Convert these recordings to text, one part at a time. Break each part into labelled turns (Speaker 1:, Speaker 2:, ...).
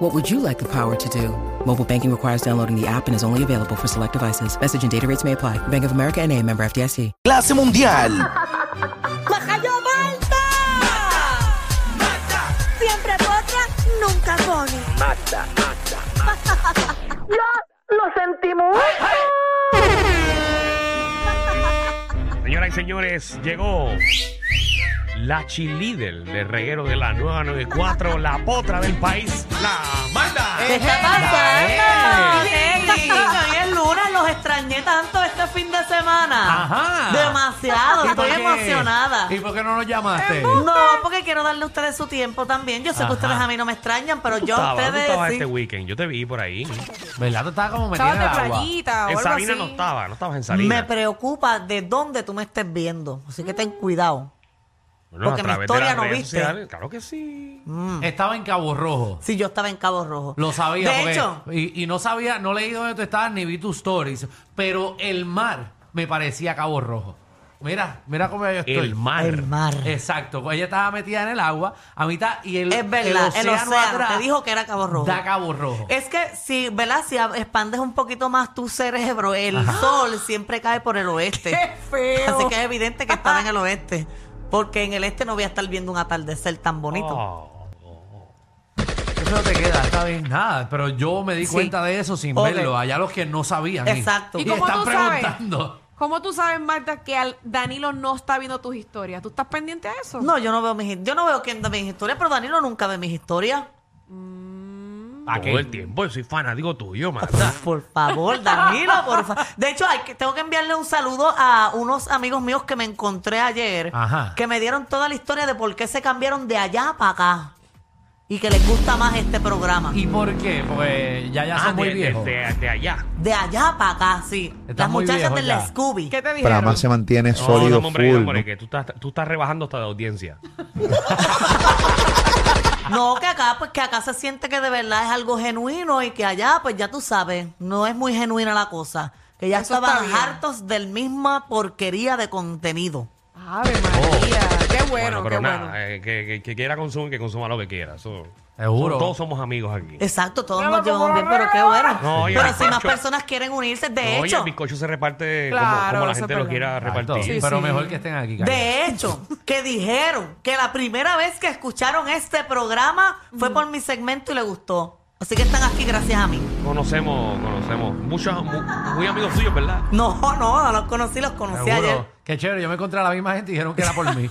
Speaker 1: What would you like the power to do? Mobile banking requires downloading the app and is only available for select devices. Message and data rates may apply. Bank of America and a member FDIC.
Speaker 2: Clase Mundial.
Speaker 3: ¡Majayo Malta! Siempre potra, nunca pone.
Speaker 4: Señoras y señores, llegó la cheerleader del reguero de la 994, la potra del país, la Magda.
Speaker 5: ¿Qué está pasando? Nelly? Hoy es lunes, los extrañé tanto este fin de semana.
Speaker 6: Ajá.
Speaker 5: Demasiado,
Speaker 6: ¿Y por
Speaker 5: estoy
Speaker 6: qué?
Speaker 5: emocionada.
Speaker 6: ¿Y por qué no nos llamaste?
Speaker 5: No, porque quiero darle a ustedes su tiempo también. Yo sé que
Speaker 6: Ajá.
Speaker 5: ustedes a mí no me extrañan, pero yo a
Speaker 4: Estaba, tú
Speaker 5: ustedes
Speaker 4: estabas
Speaker 5: sí.
Speaker 4: este weekend, yo te vi por ahí.
Speaker 6: ¿Verdad? Tú estabas como metida en el agua.
Speaker 4: En Sabina no estaba, no estabas en
Speaker 5: Me
Speaker 4: Sabina.
Speaker 5: preocupa de dónde tú me estés viendo, así que ten cuidado.
Speaker 4: Bueno,
Speaker 5: porque mi historia no viste. Mm,
Speaker 4: claro que sí.
Speaker 6: Mm. Estaba en Cabo Rojo.
Speaker 5: Si yo estaba en Cabo Rojo.
Speaker 6: Lo sabía.
Speaker 5: De
Speaker 6: porque-
Speaker 5: hecho,
Speaker 6: Y, y no sabía, no leí dónde tú estabas ni vi tus stories. Pero el mar me parecía Cabo Rojo. Mira, mira cómo yo estoy.
Speaker 4: El mar.
Speaker 5: el mar.
Speaker 6: Exacto. Pues Ella estaba metida en el agua a mitad y el,
Speaker 5: Es verdad, el océano,
Speaker 6: atrás
Speaker 5: te dijo Eh. que era Cabo Rojo.
Speaker 6: Da Cabo Rojo.
Speaker 5: Es que si, ¿verdad? Si a- expandes un poquito más tu cerebro, el sol siempre cae por el oeste. ¡Qué feo! Así que es evidente que estaba en el oeste. Porque en el este no voy a estar viendo un atardecer tan bonito.
Speaker 4: Oh.
Speaker 6: Eso no te queda, está bien, nada. Pero yo me di
Speaker 5: Sí.
Speaker 6: cuenta de eso sin
Speaker 5: Ok.
Speaker 6: verlo. Allá los que no sabían. y-
Speaker 5: Exacto.
Speaker 6: Y,
Speaker 7: ¿Y cómo
Speaker 6: están
Speaker 7: tú sabes?
Speaker 6: preguntando.
Speaker 7: ¿Cómo tú sabes, Marta, que al Danilo no está viendo tus historias? ¿Tú estás pendiente a
Speaker 6: Oh.
Speaker 7: eso?
Speaker 5: No, yo no veo mis yo no veo quién da mis historias, pero Danilo nunca ve mis historias.
Speaker 6: ¿Pa' qué?
Speaker 4: Todo el tiempo, yo soy fanático tuyo, Magda.
Speaker 5: Por favor, Danilo, por favor. De hecho, hay que, tengo que enviarle un saludo a unos amigos míos que me encontré ayer,
Speaker 6: Ajá.
Speaker 5: que me dieron toda la historia de por qué se cambiaron de allá para acá y que les gusta más este programa.
Speaker 6: ¿Y por qué? Porque ya ya
Speaker 4: Ah,
Speaker 6: son muy
Speaker 4: de- de-
Speaker 6: viejos.
Speaker 4: de- de allá.
Speaker 5: De allá para acá, sí.
Speaker 6: Estás
Speaker 5: Las
Speaker 6: muy
Speaker 5: muchachas
Speaker 6: viejo
Speaker 5: del
Speaker 6: ya.
Speaker 5: Scooby.
Speaker 7: ¿Qué te
Speaker 8: Pero
Speaker 7: dijeron?
Speaker 8: además se mantiene
Speaker 4: No,
Speaker 8: sólido
Speaker 4: dame un break,
Speaker 8: full.
Speaker 4: hombre,
Speaker 8: ¿no?
Speaker 4: que tú estás, tú estás rebajando hasta la audiencia.
Speaker 5: No, que acá, pues que acá se siente que de verdad es algo genuino y que allá, pues ya tú sabes, no es muy genuina la cosa. Que ya
Speaker 7: Eso está
Speaker 5: estaban
Speaker 7: bien.
Speaker 5: hartos del misma porquería de contenido.
Speaker 7: Ave María, qué bueno,
Speaker 4: Oh. pero
Speaker 7: qué
Speaker 4: nada,
Speaker 7: bueno.
Speaker 4: eh, que, que- que quiera consumir, que consuma lo que quiera. Eso-
Speaker 6: Seguro.
Speaker 4: Todos somos amigos aquí.
Speaker 5: Exacto, todos nos llevamos bien, pero qué bueno.
Speaker 4: No, oye,
Speaker 5: pero si más
Speaker 4: bizcocho.
Speaker 5: personas quieren unirse, de
Speaker 4: No, y
Speaker 5: hecho,
Speaker 4: el bizcocho se reparte como- como,
Speaker 7: Claro,
Speaker 4: la
Speaker 7: eso
Speaker 4: gente
Speaker 7: es
Speaker 4: lo
Speaker 7: verdad.
Speaker 4: quiera
Speaker 6: Exacto.
Speaker 4: repartir.
Speaker 7: Sí,
Speaker 6: Pero
Speaker 7: sí.
Speaker 6: mejor que estén aquí. cariño.
Speaker 5: de hecho, que dijeron que la primera vez que escucharon este programa
Speaker 7: Mm.
Speaker 5: fue por mi segmento y le gustó. Así que están aquí gracias a mí.
Speaker 4: Conocemos, conocemos. Muchos, mu- muy amigos tuyos, ¿verdad?
Speaker 5: No, no, no los conocí, los conocí
Speaker 6: Seguro.
Speaker 5: ayer.
Speaker 6: Qué chévere. Yo me encontré a la misma gente y dijeron que era por mí.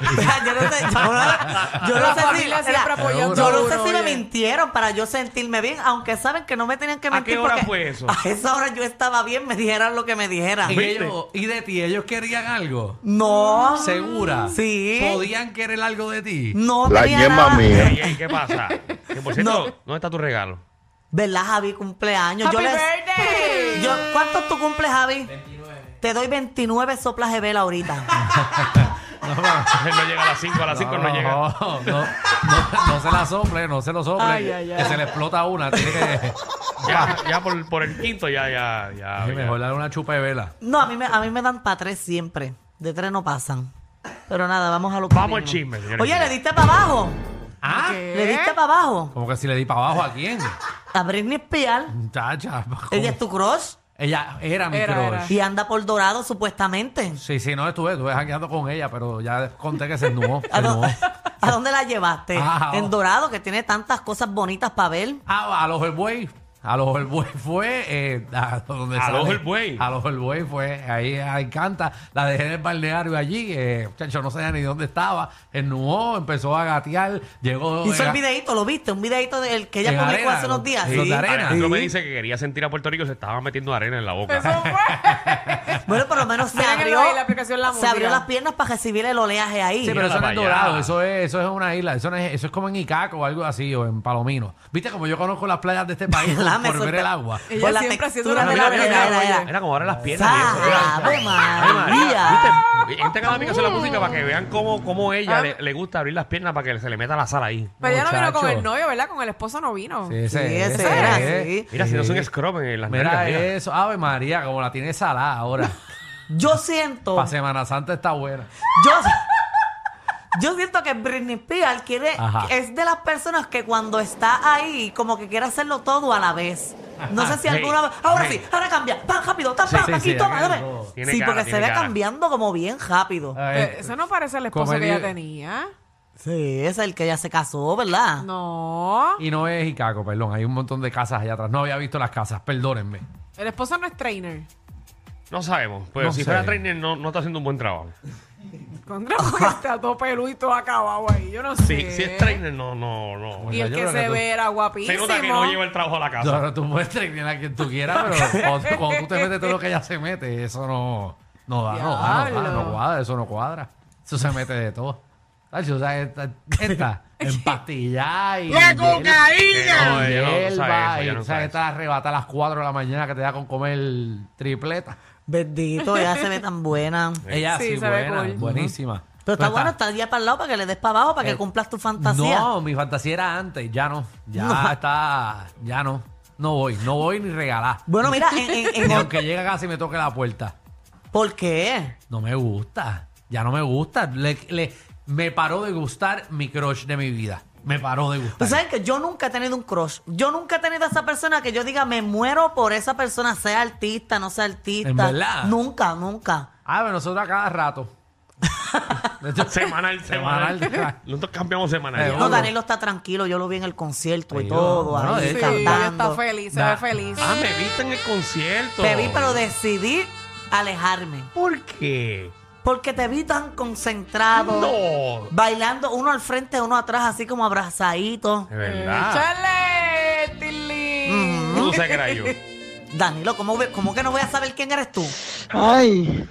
Speaker 5: yo no sé, yo no- yo no
Speaker 7: La
Speaker 5: sé si,
Speaker 7: familia siempre apoyando
Speaker 5: yo
Speaker 7: a
Speaker 5: no sé
Speaker 7: uno,
Speaker 5: si me
Speaker 7: oye.
Speaker 5: mintieron para yo sentirme bien, aunque saben que no me tenían que
Speaker 4: ¿A
Speaker 5: mentir.
Speaker 4: qué hora
Speaker 5: porque
Speaker 4: fue eso?
Speaker 5: A esa hora yo estaba bien, me dijeran lo que me dijeran.
Speaker 6: y, ellos- y de ti, ellos querían algo.
Speaker 5: No,
Speaker 6: ¿Segura?
Speaker 5: Sí.
Speaker 6: ¿Podían querer algo de ti?
Speaker 5: no
Speaker 8: La
Speaker 5: tenía
Speaker 8: ñema
Speaker 5: nada.
Speaker 8: mía.
Speaker 4: Ey, ey, ¿Qué pasa? Que por cierto, ¿dónde está tu regalo?
Speaker 5: ¿Verdad, Javi? Cumpleaños.
Speaker 7: ¡Happy
Speaker 5: yo les-
Speaker 7: birthday!
Speaker 5: Yo, ¿Cuántos tú cumples, Javi? 29. Te doy 29 soplas de vela ahorita.
Speaker 4: Él no llega a las 5, a las 5 no, llega.
Speaker 6: No, no, no- no se la sople, no se lo sople.
Speaker 7: Ay, ay, ay.
Speaker 6: Que se le explota una. Tiene que
Speaker 4: Ya, ya por, por el quinto, ya, ya, ya.
Speaker 6: Ay,
Speaker 4: ya.
Speaker 6: mejor dar una chupa de vela.
Speaker 5: No, a mí me, a mí me dan para tres siempre. De tres no pasan. Pero nada, vamos a lo
Speaker 4: Vamos al
Speaker 5: primero.
Speaker 4: chisme, señores.
Speaker 5: Oye, ¿le diste para abajo?
Speaker 6: ¿Ah?
Speaker 7: ¿Qué?
Speaker 5: ¿Le diste para abajo?
Speaker 6: Como que si le di para abajo a quién.
Speaker 5: A Britney Spears.
Speaker 6: Muchacha. ¿cómo?
Speaker 5: Ella es tu crush
Speaker 6: Ella era mi
Speaker 7: Era,
Speaker 6: crush.
Speaker 7: era.
Speaker 5: y anda por Dorado supuestamente.
Speaker 6: Sí, sí, no estuve, estuve jangueando con ella, pero ya conté que se enumó. se
Speaker 5: ¿A, dó-
Speaker 6: enumó.
Speaker 5: a dónde la llevaste?
Speaker 6: Ah,
Speaker 5: en Dorado, que tiene tantas cosas bonitas para ver.
Speaker 6: Ah, a los el buey. A los el buey fue. Eh, a donde
Speaker 4: A
Speaker 6: sale-
Speaker 4: los el buey.
Speaker 6: A los el buey fue. Ahí a Encanta. La dejé en el balneario allí. Eh, muchacho, no sabía ni dónde estaba. Ennuó, empezó a gatear. Llegó.
Speaker 5: Hizo
Speaker 6: eh,
Speaker 5: el videito, ¿lo viste? Un videito del que ella
Speaker 6: En
Speaker 5: publicó
Speaker 6: arena,
Speaker 5: hace unos días.
Speaker 6: los de arena.
Speaker 4: Alejandro
Speaker 6: Sí.
Speaker 4: me dice que quería sentir a Puerto Rico y se estaba metiendo arena en la boca.
Speaker 7: Eso fue.
Speaker 5: Bueno, por lo menos se
Speaker 7: Miren el
Speaker 5: abrió,
Speaker 7: baile, la aplicación La
Speaker 5: se abrió
Speaker 7: Música.
Speaker 5: las piernas para recibir el oleaje ahí.
Speaker 6: Sí, pero eso no
Speaker 4: Mira para
Speaker 6: es dorado,
Speaker 4: allá.
Speaker 6: eso es, eso es una isla, eso, no es, eso es como en Icaco o algo así, o en Palomino. Viste, como yo conozco las playas de este país,
Speaker 5: La ¿verdad? Me
Speaker 6: por ver
Speaker 5: sorpre-
Speaker 6: el agua.
Speaker 7: Ella
Speaker 5: Por la
Speaker 7: siempre haciendo
Speaker 5: textura
Speaker 7: una
Speaker 4: Mira,
Speaker 5: de la
Speaker 4: mira,
Speaker 5: verdad,
Speaker 4: mira,
Speaker 5: era-
Speaker 4: mira, Era como ahora las piernas. y eso.
Speaker 5: ¡Sabe,
Speaker 4: Ay,
Speaker 5: María!
Speaker 4: María, ¿viste? Gente cada amiga se la música
Speaker 5: Oh.
Speaker 4: para que vean cómo, cómo ella
Speaker 5: Ah.
Speaker 4: le, le gusta abrir las piernas para que se le meta la sal ahí.
Speaker 7: Pero ella no vino con
Speaker 6: Muchacho.
Speaker 7: el novio, ¿verdad? Con el esposo no vino.
Speaker 5: Sí, ese era,
Speaker 6: es.
Speaker 5: sí.
Speaker 4: Mira, si no son scrub en las
Speaker 6: Mira
Speaker 4: nalgas, mira.
Speaker 6: eso. Ave María, como la tiene salada ahora.
Speaker 5: Yo siento,
Speaker 6: Para Semana Santa está buena.
Speaker 5: yo, yo siento que Britney Spears quiere,
Speaker 6: Ajá.
Speaker 5: es de las personas que cuando está ahí, como que quiere hacerlo todo a la vez. No sé si
Speaker 4: Ajá.
Speaker 5: alguna
Speaker 4: Sí,
Speaker 5: vez. Ahora
Speaker 4: sí.
Speaker 5: sí, ahora cambia. ¡Pam, rápido! ¡Pam,
Speaker 6: Sí,
Speaker 5: pam,
Speaker 6: sí,
Speaker 5: aquí,
Speaker 6: sí,
Speaker 5: toma,
Speaker 6: aquí
Speaker 5: dame!
Speaker 6: no.
Speaker 4: Tiene
Speaker 5: Sí,
Speaker 4: cara,
Speaker 5: porque se
Speaker 4: tiene
Speaker 5: ve
Speaker 4: cara.
Speaker 5: cambiado como bien rápido.
Speaker 6: Ah. Eh,
Speaker 7: Pero Eh, eso no parece el esposo que
Speaker 6: Comedia-
Speaker 7: ella tenía.
Speaker 5: Sí, es el que ya se casó, ¿verdad?
Speaker 7: No.
Speaker 6: Y no es Icaco, perdón. Hay un montón de casas allá atrás. No había visto las casas, perdónenme.
Speaker 7: El esposo no es trainer.
Speaker 4: No sabemos. Pero
Speaker 6: No
Speaker 4: si fuera
Speaker 6: sé.
Speaker 4: trainer, no, no está haciendo un buen trabajo.
Speaker 7: Contra porque está todo peludo y todo acabado ahí. Yo no sé.
Speaker 4: Si, si es trainer, no, no, no.
Speaker 7: Y el
Speaker 6: Yo
Speaker 7: que
Speaker 6: creo que
Speaker 7: se
Speaker 6: tú-
Speaker 7: ve era
Speaker 4: Se
Speaker 7: guapísimo.
Speaker 4: nota que no lleva el trabajo a la casa.
Speaker 6: No, no, tú puedes trainear a quien tú quieras, pero cuando, cuando tú te metes todo lo que ella se mete, eso no, no da, no da, no da, no
Speaker 7: Diablo.
Speaker 6: cuadra, eso no cuadra. Eso se mete de todo. Tacho, o sea, esta, esta en pastillas y... ¡La
Speaker 4: No, ella no sabe eso,
Speaker 6: y
Speaker 4: ella no
Speaker 6: o sea,
Speaker 4: sabe eso.
Speaker 6: esta arrebata a las 4 de la mañana que te da con comer tripleta.
Speaker 5: Bendito, ella se ve tan buena.
Speaker 6: Ella
Speaker 7: Sí,
Speaker 6: sí,
Speaker 7: se ve
Speaker 6: buena,
Speaker 7: cool.
Speaker 6: buenísima.
Speaker 5: Pero está
Speaker 6: Pero
Speaker 5: bueno, está el día para el lado para que le des para abajo, para que
Speaker 6: Pues Eh,
Speaker 5: cumplas tu fantasía.
Speaker 6: No, mi fantasía era antes, ya no. Ya está, ya no. No voy, no voy ni regalar.
Speaker 5: Bueno, mira, en, en- en-
Speaker 6: Ni aunque llegue casi me toque la puerta.
Speaker 5: ¿por qué?
Speaker 6: No me gusta. Ya no me gusta. Le- le- me paró de gustar mi crush de mi vida. Me paró de
Speaker 5: Tú
Speaker 6: gustar.
Speaker 5: sabes que yo nunca he tenido un crush. Yo nunca he tenido a esa persona que yo diga, me muero por esa persona, sea artista, no sea artista.
Speaker 6: ¿En verdad?
Speaker 5: Nunca, nunca.
Speaker 6: Ah, pero nosotros a cada rato.
Speaker 4: Semanal, semanal.
Speaker 6: Semanal.
Speaker 4: Nosotros cambiamos
Speaker 6: Eh,
Speaker 4: semanal.
Speaker 5: No,
Speaker 6: Seguro.
Speaker 5: Danilo está tranquilo, yo lo vi en el concierto y
Speaker 6: Ay,
Speaker 5: todo,
Speaker 6: Dios. No,
Speaker 5: ahí
Speaker 6: de
Speaker 7: Sí,
Speaker 6: hecho.
Speaker 7: ella está
Speaker 5: cantando.
Speaker 7: feliz, se
Speaker 6: Da-
Speaker 7: ve feliz.
Speaker 4: Ah, me viste en el concierto.
Speaker 5: Te vi, pero decidí alejarme.
Speaker 4: ¿Por qué?
Speaker 5: Porque te vi tan concentrado.
Speaker 4: No.
Speaker 5: Bailando uno al frente, uno atrás, así como abrazadito.
Speaker 4: De verdad.
Speaker 7: ¡Échale, Tilly!
Speaker 6: Eh.
Speaker 5: Mm,
Speaker 4: ¿Cómo tú sabes que era yo?
Speaker 5: Danilo, ¿cómo, ve- ¿cómo que no voy a saber quién eres tú?
Speaker 2: Ay,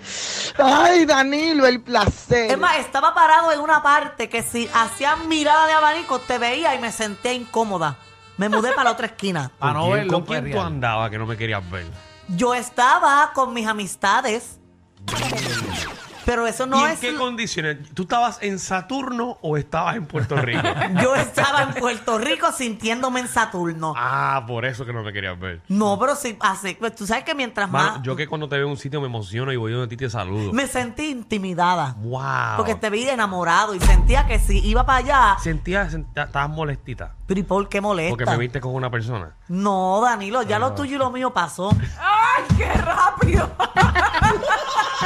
Speaker 2: ay, Danilo, el placer.
Speaker 5: Es más, estaba parado en una parte que si hacían mirada de abanico te veía y me senté incómoda. Me mudé para la otra esquina.
Speaker 6: Para no
Speaker 4: ¿Con quién-
Speaker 6: verlo, pues,
Speaker 4: ¿Con quién tú
Speaker 6: perrear.
Speaker 4: andabas que no me querías ver?
Speaker 5: Yo estaba con mis amistades, pero eso no
Speaker 4: ¿Y en
Speaker 5: es...
Speaker 4: qué condiciones? ¿Tú estabas en Saturno o estabas en Puerto Rico?
Speaker 5: Yo estaba en Puerto Rico sintiéndome en Saturno.
Speaker 4: ah, por eso que no me querías ver.
Speaker 5: No, pero sí, así, pues, tú sabes que mientras
Speaker 4: Mano,
Speaker 5: más
Speaker 4: yo que cuando te veo en un sitio me emociono y voy donde a ti y te saludo.
Speaker 5: me sentí intimidada,
Speaker 4: Wow.
Speaker 5: porque te vi enamorado y sentía que si iba para allá,
Speaker 4: Sentías, sent- estabas molestita.
Speaker 5: pero ¿y por qué molesta?
Speaker 4: Porque me viste con una persona.
Speaker 5: No, Danilo, ya lo tuyo y lo mío pasó.
Speaker 7: ¡Ay, qué rápido!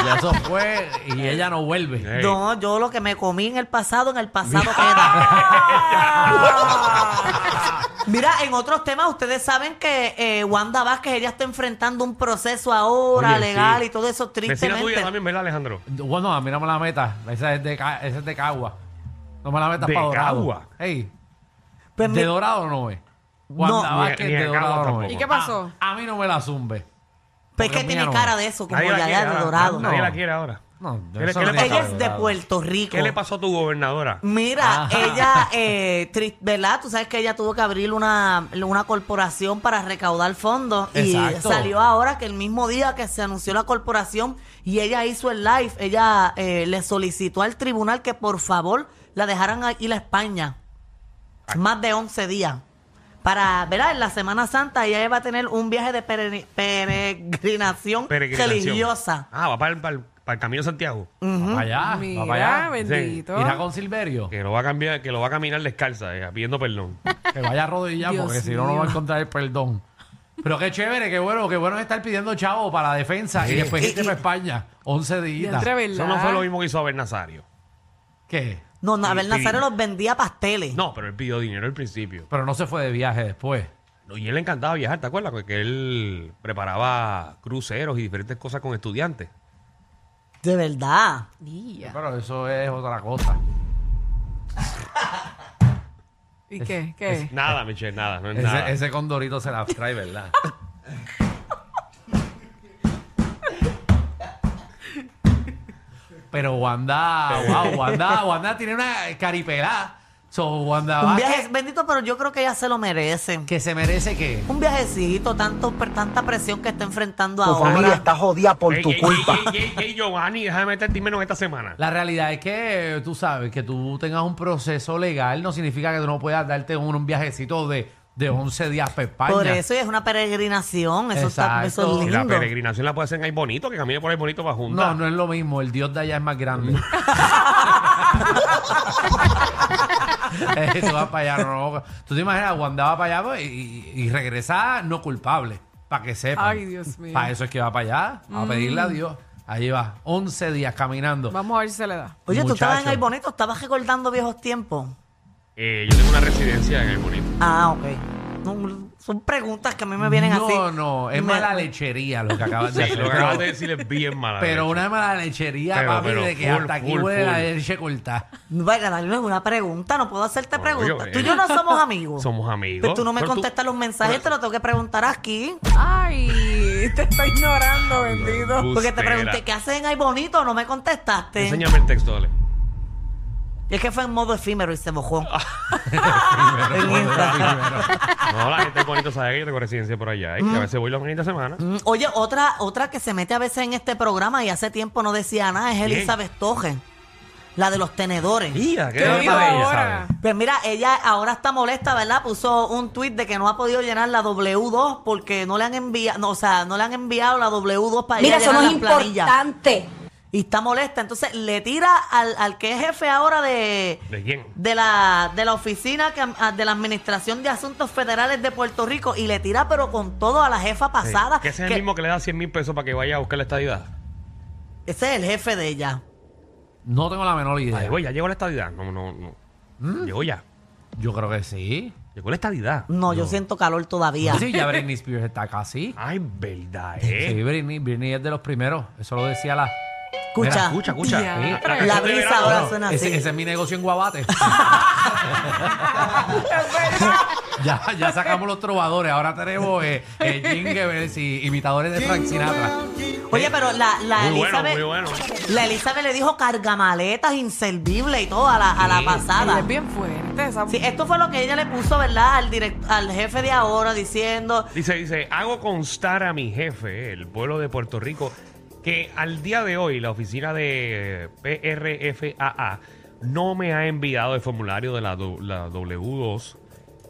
Speaker 6: Ya eso fue y ella no vuelve.
Speaker 4: Ey.
Speaker 5: No, yo lo que me comí en el pasado, en el pasado queda. Mira, en otros temas, ustedes saben que eh, Wanda Vázquez, ella está enfrentando un proceso ahora
Speaker 4: Oye,
Speaker 5: legal
Speaker 4: sí.
Speaker 5: y todo eso,
Speaker 4: Vecina tuya
Speaker 5: tristemente.
Speaker 4: también, ¿verdad, Alejandro?
Speaker 6: Bueno, a mí no me la metas. Esa es de, Ca- esa es de Cagua. No me la metas
Speaker 4: ¿De
Speaker 6: para Dorado.
Speaker 4: Cagua?
Speaker 6: Ey,
Speaker 5: Pues mi-
Speaker 6: de Dorado no es. Wanda
Speaker 5: No.
Speaker 6: Vázquez
Speaker 4: Ni- ni
Speaker 6: de
Speaker 4: de Cagua
Speaker 6: Dorado no
Speaker 4: tampoco.
Speaker 6: es.
Speaker 7: ¿Y qué pasó?
Speaker 6: A, a mí no me la zumbe.
Speaker 5: pues es
Speaker 6: Porque
Speaker 5: que tiene
Speaker 6: mía no.
Speaker 5: cara de eso, como
Speaker 4: Nadie la
Speaker 5: ya
Speaker 4: quiere
Speaker 5: ya de
Speaker 4: ahora.
Speaker 5: dorado.
Speaker 4: Nadie
Speaker 6: No.
Speaker 4: la quiere ahora.
Speaker 6: No,
Speaker 4: ¿Qué le-
Speaker 6: eso
Speaker 4: qué le
Speaker 6: no
Speaker 4: pasó?
Speaker 6: tiene
Speaker 5: ella
Speaker 6: cara
Speaker 5: es de
Speaker 6: Dorado.
Speaker 5: Puerto Rico.
Speaker 4: ¿Qué le pasó a tu gobernadora?
Speaker 5: Mm,
Speaker 4: Ah.
Speaker 5: Mira, ella, eh, tri- ¿verdad? Tú sabes que ella tuvo que abrir una, una corporación para recaudar fondos
Speaker 6: Exacto.
Speaker 5: y salió ahora que el mismo día que se anunció la corporación y ella hizo el live, ella eh, le solicitó al tribunal que por favor la dejaran a- ir a España más de 11 días. Para, ¿verdad? En la Semana Santa ella va a tener un viaje de peregri- peregrinación,
Speaker 4: Peregrinación.
Speaker 5: religiosa. Mm.
Speaker 4: Ah, va para el, para el- para el Camino de Santiago.
Speaker 6: Va para allá, va para
Speaker 7: Mira,
Speaker 6: allá.
Speaker 7: bendito.
Speaker 6: Irá con Silverio.
Speaker 4: Que lo va a cambiar, que lo va a caminar descalza, eh, pidiendo perdón.
Speaker 6: Que vaya arrodillado
Speaker 7: Dios
Speaker 6: porque si no, no va a
Speaker 7: mío.
Speaker 6: encontrar el perdón. Pero qué chévere, qué bueno, qué bueno es estar pidiendo chavo para la defensa y
Speaker 5: Eh,
Speaker 6: después irte para España. 11
Speaker 7: Ya
Speaker 6: días.
Speaker 7: entre ¿verdad?
Speaker 4: Eso no fue lo mismo que hizo Abel Nazario.
Speaker 6: ¿Qué?
Speaker 5: No, no, a ver,
Speaker 4: Sí.
Speaker 5: Nazario los vendía pasteles.
Speaker 4: No, pero él pidió dinero al principio.
Speaker 6: Pero no se fue de viaje después.
Speaker 4: No, Y él le encantaba viajar, ¿te acuerdas? Que él preparaba cruceros y diferentes cosas con estudiantes.
Speaker 5: De verdad.
Speaker 7: Día.
Speaker 6: Pero eso es otra cosa.
Speaker 7: ¿Y qué? ¿Qué?
Speaker 4: Nada, Michelle, nada, no es nada.
Speaker 6: Ese, ese condorito se la trae, ¿verdad? Pero Wanda, wow, Wanda, Wanda tiene una caripelada. O So, Wanda
Speaker 5: Un
Speaker 6: Vázquez,
Speaker 5: viaje bendito, pero yo creo que ella se lo merece.
Speaker 6: que se merece que.
Speaker 5: Un viajecito, tanto, tanta presión que está enfrentando
Speaker 8: Tu familia
Speaker 5: ahora.
Speaker 8: está jodida por
Speaker 4: Ey,
Speaker 8: tu
Speaker 4: ey,
Speaker 8: culpa.
Speaker 4: ey, ey, ey, ey, Giovanni, déjame meterte menos esta semana.
Speaker 6: La realidad es que eh, tú sabes que tú tengas un proceso legal no significa que tú no puedas darte un, un viajecito de, de 11 días para España.
Speaker 5: Por eso y es una peregrinación. Eso, está, eso
Speaker 6: Exacto.
Speaker 5: es
Speaker 4: Y
Speaker 5: lindo.
Speaker 4: la peregrinación la puede hacer en ahí bonito, que camine por ahí bonito para juntar.
Speaker 6: No, no es lo mismo. El Dios de allá es más grande. Eh, tú vas para allá, no, no. Tú te imaginas, Wanda va para allá pues, y, y regresa no culpable, para que sepa.
Speaker 7: Ay, Dios mío.
Speaker 6: Para eso es que va para allá, a pedirle a Dios. Ahí va, 11 días caminando.
Speaker 7: Vamos a ver si se le da.
Speaker 5: Oye, tú estabas en
Speaker 6: Muchacho.
Speaker 5: el bonito, estabas recordando viejos tiempos.
Speaker 4: Eh, yo tengo una residencia en el bonito.
Speaker 5: Ah, ok. No, son preguntas que a mí me vienen
Speaker 6: no,
Speaker 5: así.
Speaker 6: no, es
Speaker 5: Me-
Speaker 6: mala lechería lo que acabas de
Speaker 4: Sí,
Speaker 6: hacer.
Speaker 4: lo que acabas de decir es bien mala.
Speaker 6: Pero
Speaker 4: leche.
Speaker 6: una mala lechería,
Speaker 4: Pero,
Speaker 6: papi,
Speaker 4: pero,
Speaker 6: de que
Speaker 4: full,
Speaker 6: hasta aquí
Speaker 4: full,
Speaker 6: huele la
Speaker 4: full.
Speaker 6: leche cortada.
Speaker 5: Vaya, Danilo, es una pregunta, no puedo hacerte
Speaker 4: No,
Speaker 5: preguntas.
Speaker 4: yo-
Speaker 5: Tú y yo no somos amigos.
Speaker 4: Somos amigos.
Speaker 5: Pero tú no me
Speaker 4: Pero
Speaker 5: contestas los mensajes, te lo tengo que preguntar aquí.
Speaker 7: Ay, te está ignorando, bendito.
Speaker 5: Porque te
Speaker 4: Bustera.
Speaker 5: pregunté, ¿qué haces en ahí bonito? No me contestaste.
Speaker 4: Enséñame el texto, dale.
Speaker 5: Y es que fue en modo efímero y se mojó.
Speaker 6: Primero, primero.
Speaker 4: No, la gente del bonito sabe que yo tengo residencia por allá. Y que a veces voy la bonita semana.
Speaker 5: Mm, Oye, otra, otra que se mete a veces en este programa y hace tiempo no decía nada es Elizabeth Toje, la de los tenedores.
Speaker 4: Mira, qué
Speaker 7: ¿Qué
Speaker 4: nota
Speaker 7: dijo
Speaker 4: de ella,
Speaker 7: ahora?
Speaker 4: ¿sabes?
Speaker 5: Pues mira, ella ahora está molesta, ¿verdad? Puso un tuit de que no ha podido llenar la W2 porque no le han enviado, no, o sea, no le han enviado la W2 para
Speaker 9: Mira,
Speaker 5: ella
Speaker 9: eso
Speaker 5: llenar
Speaker 9: no es
Speaker 5: las planillas.
Speaker 9: importante.
Speaker 5: Y está molesta, entonces le tira al, al que es jefe ahora de
Speaker 4: ¿De quién?
Speaker 5: de la de la oficina que- a- de la Administración de Asuntos Federales de Puerto Rico y le tira pero con todo a la jefa pasada.
Speaker 4: Que ese es
Speaker 5: que-
Speaker 4: el mismo que le da 100 mil pesos para que vaya a buscar la estadidad.
Speaker 5: ese es el jefe de ella.
Speaker 6: No tengo la menor idea.
Speaker 4: Ay, güey, ya llegó la estadidad. No, no, no. Llegó ya.
Speaker 6: Yo creo que sí.
Speaker 4: Llegó la estadidad.
Speaker 5: No, yo siento calor todavía.
Speaker 6: Sí, ya Britney Spears está
Speaker 5: Ah,
Speaker 6: casi.
Speaker 4: Ay, verdad,
Speaker 6: Sí,
Speaker 4: eh.
Speaker 6: Britney, Britney es de los primeros. Eso lo decía la.
Speaker 5: Escucha,
Speaker 4: Escucha, escucha.
Speaker 7: Ya.
Speaker 4: La-
Speaker 7: La
Speaker 4: canción de
Speaker 5: brisa
Speaker 4: verano.
Speaker 5: ahora
Speaker 6: Bueno,
Speaker 5: suena así.
Speaker 6: ese, ese es mi negocio en Guabate. ya, ya sacamos los trovadores. Ahora tenemos eh, eh, jingles y imitadores de Frank Sinatra.
Speaker 5: Oye, pero la, la
Speaker 4: Muy bueno,
Speaker 5: Elizabeth.
Speaker 4: muy bueno.
Speaker 5: La Elizabeth le dijo cargamaletas, inservible y todo a la, a la
Speaker 4: Sí.
Speaker 7: Ella
Speaker 5: pasada.
Speaker 7: es bien fuerte esa
Speaker 5: Sí, esto fue lo que ella le puso, ¿verdad? Al, direct- al jefe de ahora diciendo.
Speaker 4: Dice, dice, hago constar a mi jefe, el pueblo de Puerto Rico, que al día de hoy la oficina de eh, PRFAA no me ha enviado el formulario de la, do- la W2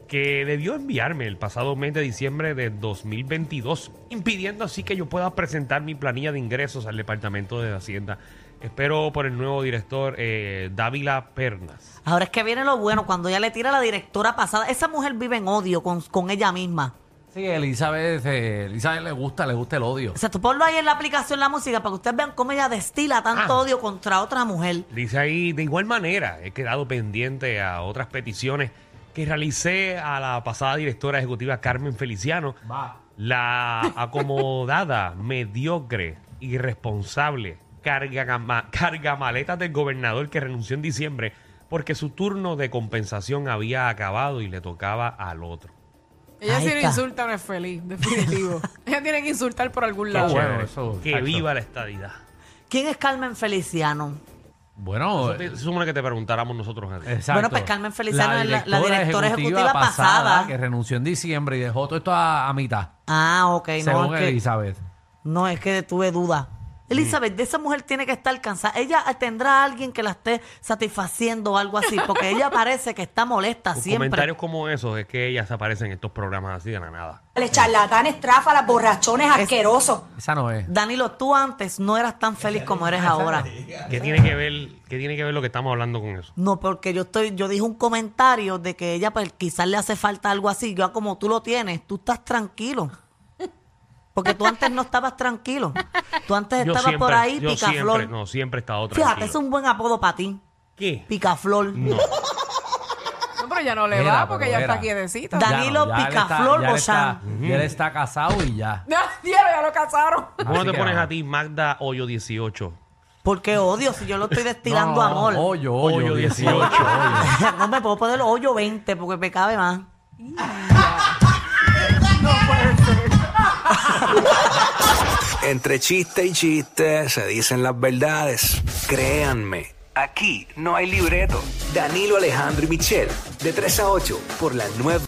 Speaker 4: que debió enviarme el pasado mes de diciembre de 2022, impidiendo así que yo pueda presentar mi planilla de ingresos al Departamento de Hacienda. Espero por el nuevo director eh, Dávila Pernas.
Speaker 5: Ahora es que viene lo bueno, cuando ella le tira a la directora pasada. Esa mujer vive en odio con, con ella misma.
Speaker 6: Sí, Elizabeth, eh, Elizabeth le gusta, le gusta el odio.
Speaker 5: O sea, tú ponlo ahí en la aplicación la música para que ustedes vean cómo ella destila tanto
Speaker 4: Ah.
Speaker 5: odio contra otra mujer.
Speaker 4: Dice ahí, de igual manera, he quedado pendiente a otras peticiones que realicé a la pasada directora ejecutiva Carmen Feliciano,
Speaker 6: Va.
Speaker 4: la acomodada, mediocre, irresponsable, carga, gama- carga maletas del gobernador que renunció en diciembre porque su turno de compensación había acabado y le tocaba al otro.
Speaker 7: Ella
Speaker 5: Ahí
Speaker 7: si no
Speaker 5: está.
Speaker 7: insulta no es feliz, definitivo. ella tiene que insultar por algún
Speaker 4: Qué
Speaker 7: lado.
Speaker 6: bueno,
Speaker 4: chévere.
Speaker 6: eso,
Speaker 4: que
Speaker 6: tacho.
Speaker 4: viva la estadidad.
Speaker 5: ¿Quién es Carmen Feliciano?
Speaker 6: Bueno, eh,
Speaker 4: Eso te- se supone que te preguntáramos nosotros a ti.
Speaker 6: Exacto.
Speaker 5: Bueno, pues Carmen Feliciano es la- la directora ejecutiva pasada.
Speaker 6: Que renunció en diciembre y dejó todo esto a, a mitad.
Speaker 5: Ah, ok.
Speaker 6: según
Speaker 5: No es, que,
Speaker 6: Elizabeth.
Speaker 5: no, es que tuve duda.
Speaker 4: Mm.
Speaker 5: Elizabeth, de esa mujer tiene que estar cansada. Ella tendrá a alguien que la esté satisfaciendo o algo así, porque ella parece que está molesta
Speaker 4: Con
Speaker 5: siempre.
Speaker 4: Comentarios como esos es que ellas aparecen en estos programas así de la nada.
Speaker 9: Les charlatanes, tráfalas, borrachones, asquerosos.
Speaker 6: Esa no es.
Speaker 5: Danilo, tú antes no eras tan feliz como eres ahora.
Speaker 4: ¿Qué tiene que ver, qué tiene que ver lo que estamos hablando con eso?
Speaker 5: No, porque yo estoy, yo dije un comentario de que ella pues quizás le hace falta algo así. Yo como tú lo tienes, tú estás tranquilo. Porque tú antes no estabas tranquilo. Tú antes
Speaker 4: Yo
Speaker 5: estabas
Speaker 4: siempre,
Speaker 5: por ahí
Speaker 4: yo
Speaker 5: picaflor.
Speaker 4: siempre, no, siempre he estado
Speaker 5: Fíjate,
Speaker 4: tranquilo. Mm.
Speaker 5: es un buen apodo para ti.
Speaker 4: ¿Qué?
Speaker 5: Picaflor.
Speaker 4: No,
Speaker 7: No, pero ya no le
Speaker 6: Era,
Speaker 7: va porque
Speaker 6: pero
Speaker 7: ya
Speaker 6: era.
Speaker 7: está quietecita.
Speaker 5: Da-
Speaker 6: Ya
Speaker 5: Danilo
Speaker 6: ya él está-
Speaker 5: Picaflor
Speaker 6: ya él está-
Speaker 5: Bochán.
Speaker 6: Ya él está casado y ya.
Speaker 7: No, diablo, ya lo casaron.
Speaker 4: ¿Cómo
Speaker 6: Así
Speaker 4: te
Speaker 6: que
Speaker 4: pones
Speaker 6: vamos.
Speaker 4: a ti Magda Hoyo 18?
Speaker 5: Porque odio, si yo lo estoy destilando
Speaker 6: No,
Speaker 5: amor.
Speaker 6: Hoyo,
Speaker 4: Hoyo
Speaker 6: hoyo,
Speaker 4: 18,
Speaker 6: 18.
Speaker 5: no me puedo poner hoyo 20 porque me cabe más.
Speaker 10: Entre chiste y chiste se dicen las verdades. Créanme, Aquí no hay libreto. Danilo Alejandro y Michel, de 3 a 8, por la nueva.